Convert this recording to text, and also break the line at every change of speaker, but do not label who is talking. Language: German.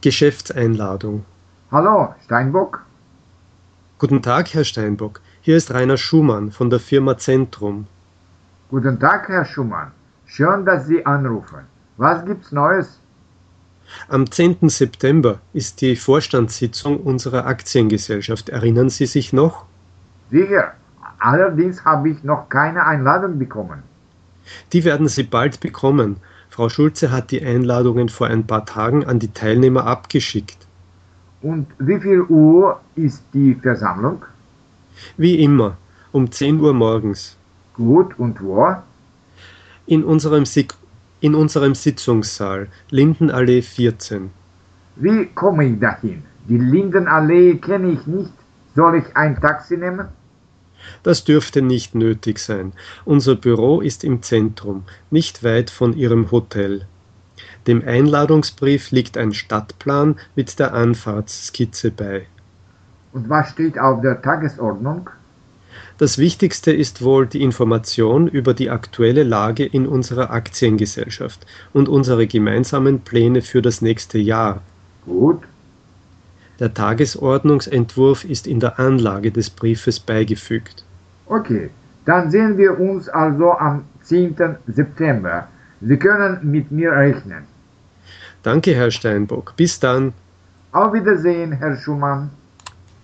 Geschäftseinladung.
Hallo, Steinbock.
Guten Tag, Herr Steinbock. Hier ist Rainer Schumann von der Firma Zentrum.
Guten Tag, Herr Schumann. Schön, dass Sie anrufen. Was gibt's Neues?
Am 10. September ist die Vorstandssitzung unserer Aktiengesellschaft. Erinnern Sie sich noch?
Sicher. Allerdings habe ich noch keine Einladung bekommen.
Die werden Sie bald bekommen. Frau Schulze hat die Einladungen vor ein paar Tagen an die Teilnehmer abgeschickt.
Und wie viel Uhr ist die Versammlung?
Wie immer, um 10 Uhr morgens.
Gut, und wo?
In unserem, Sik in unserem Sitzungssaal, Lindenallee 14.
Wie komme ich dahin? Die Lindenallee kenne ich nicht. Soll ich ein Taxi nehmen?
Das dürfte nicht nötig sein. Unser Büro ist im Zentrum, nicht weit von Ihrem Hotel. Dem Einladungsbrief liegt ein Stadtplan mit der Anfahrtsskizze bei.
Und was steht auf der Tagesordnung?
Das Wichtigste ist wohl die Information über die aktuelle Lage in unserer Aktiengesellschaft und unsere gemeinsamen Pläne für das nächste Jahr.
Gut,
Der Tagesordnungsentwurf ist in der Anlage des Briefes beigefügt.
okay. Dann sehen wir uns also am 10. September. Sie können mit mir rechnen.
Danke, Herr Steinbock. Bis dann.
Auf Wiedersehen, Herr Schumann.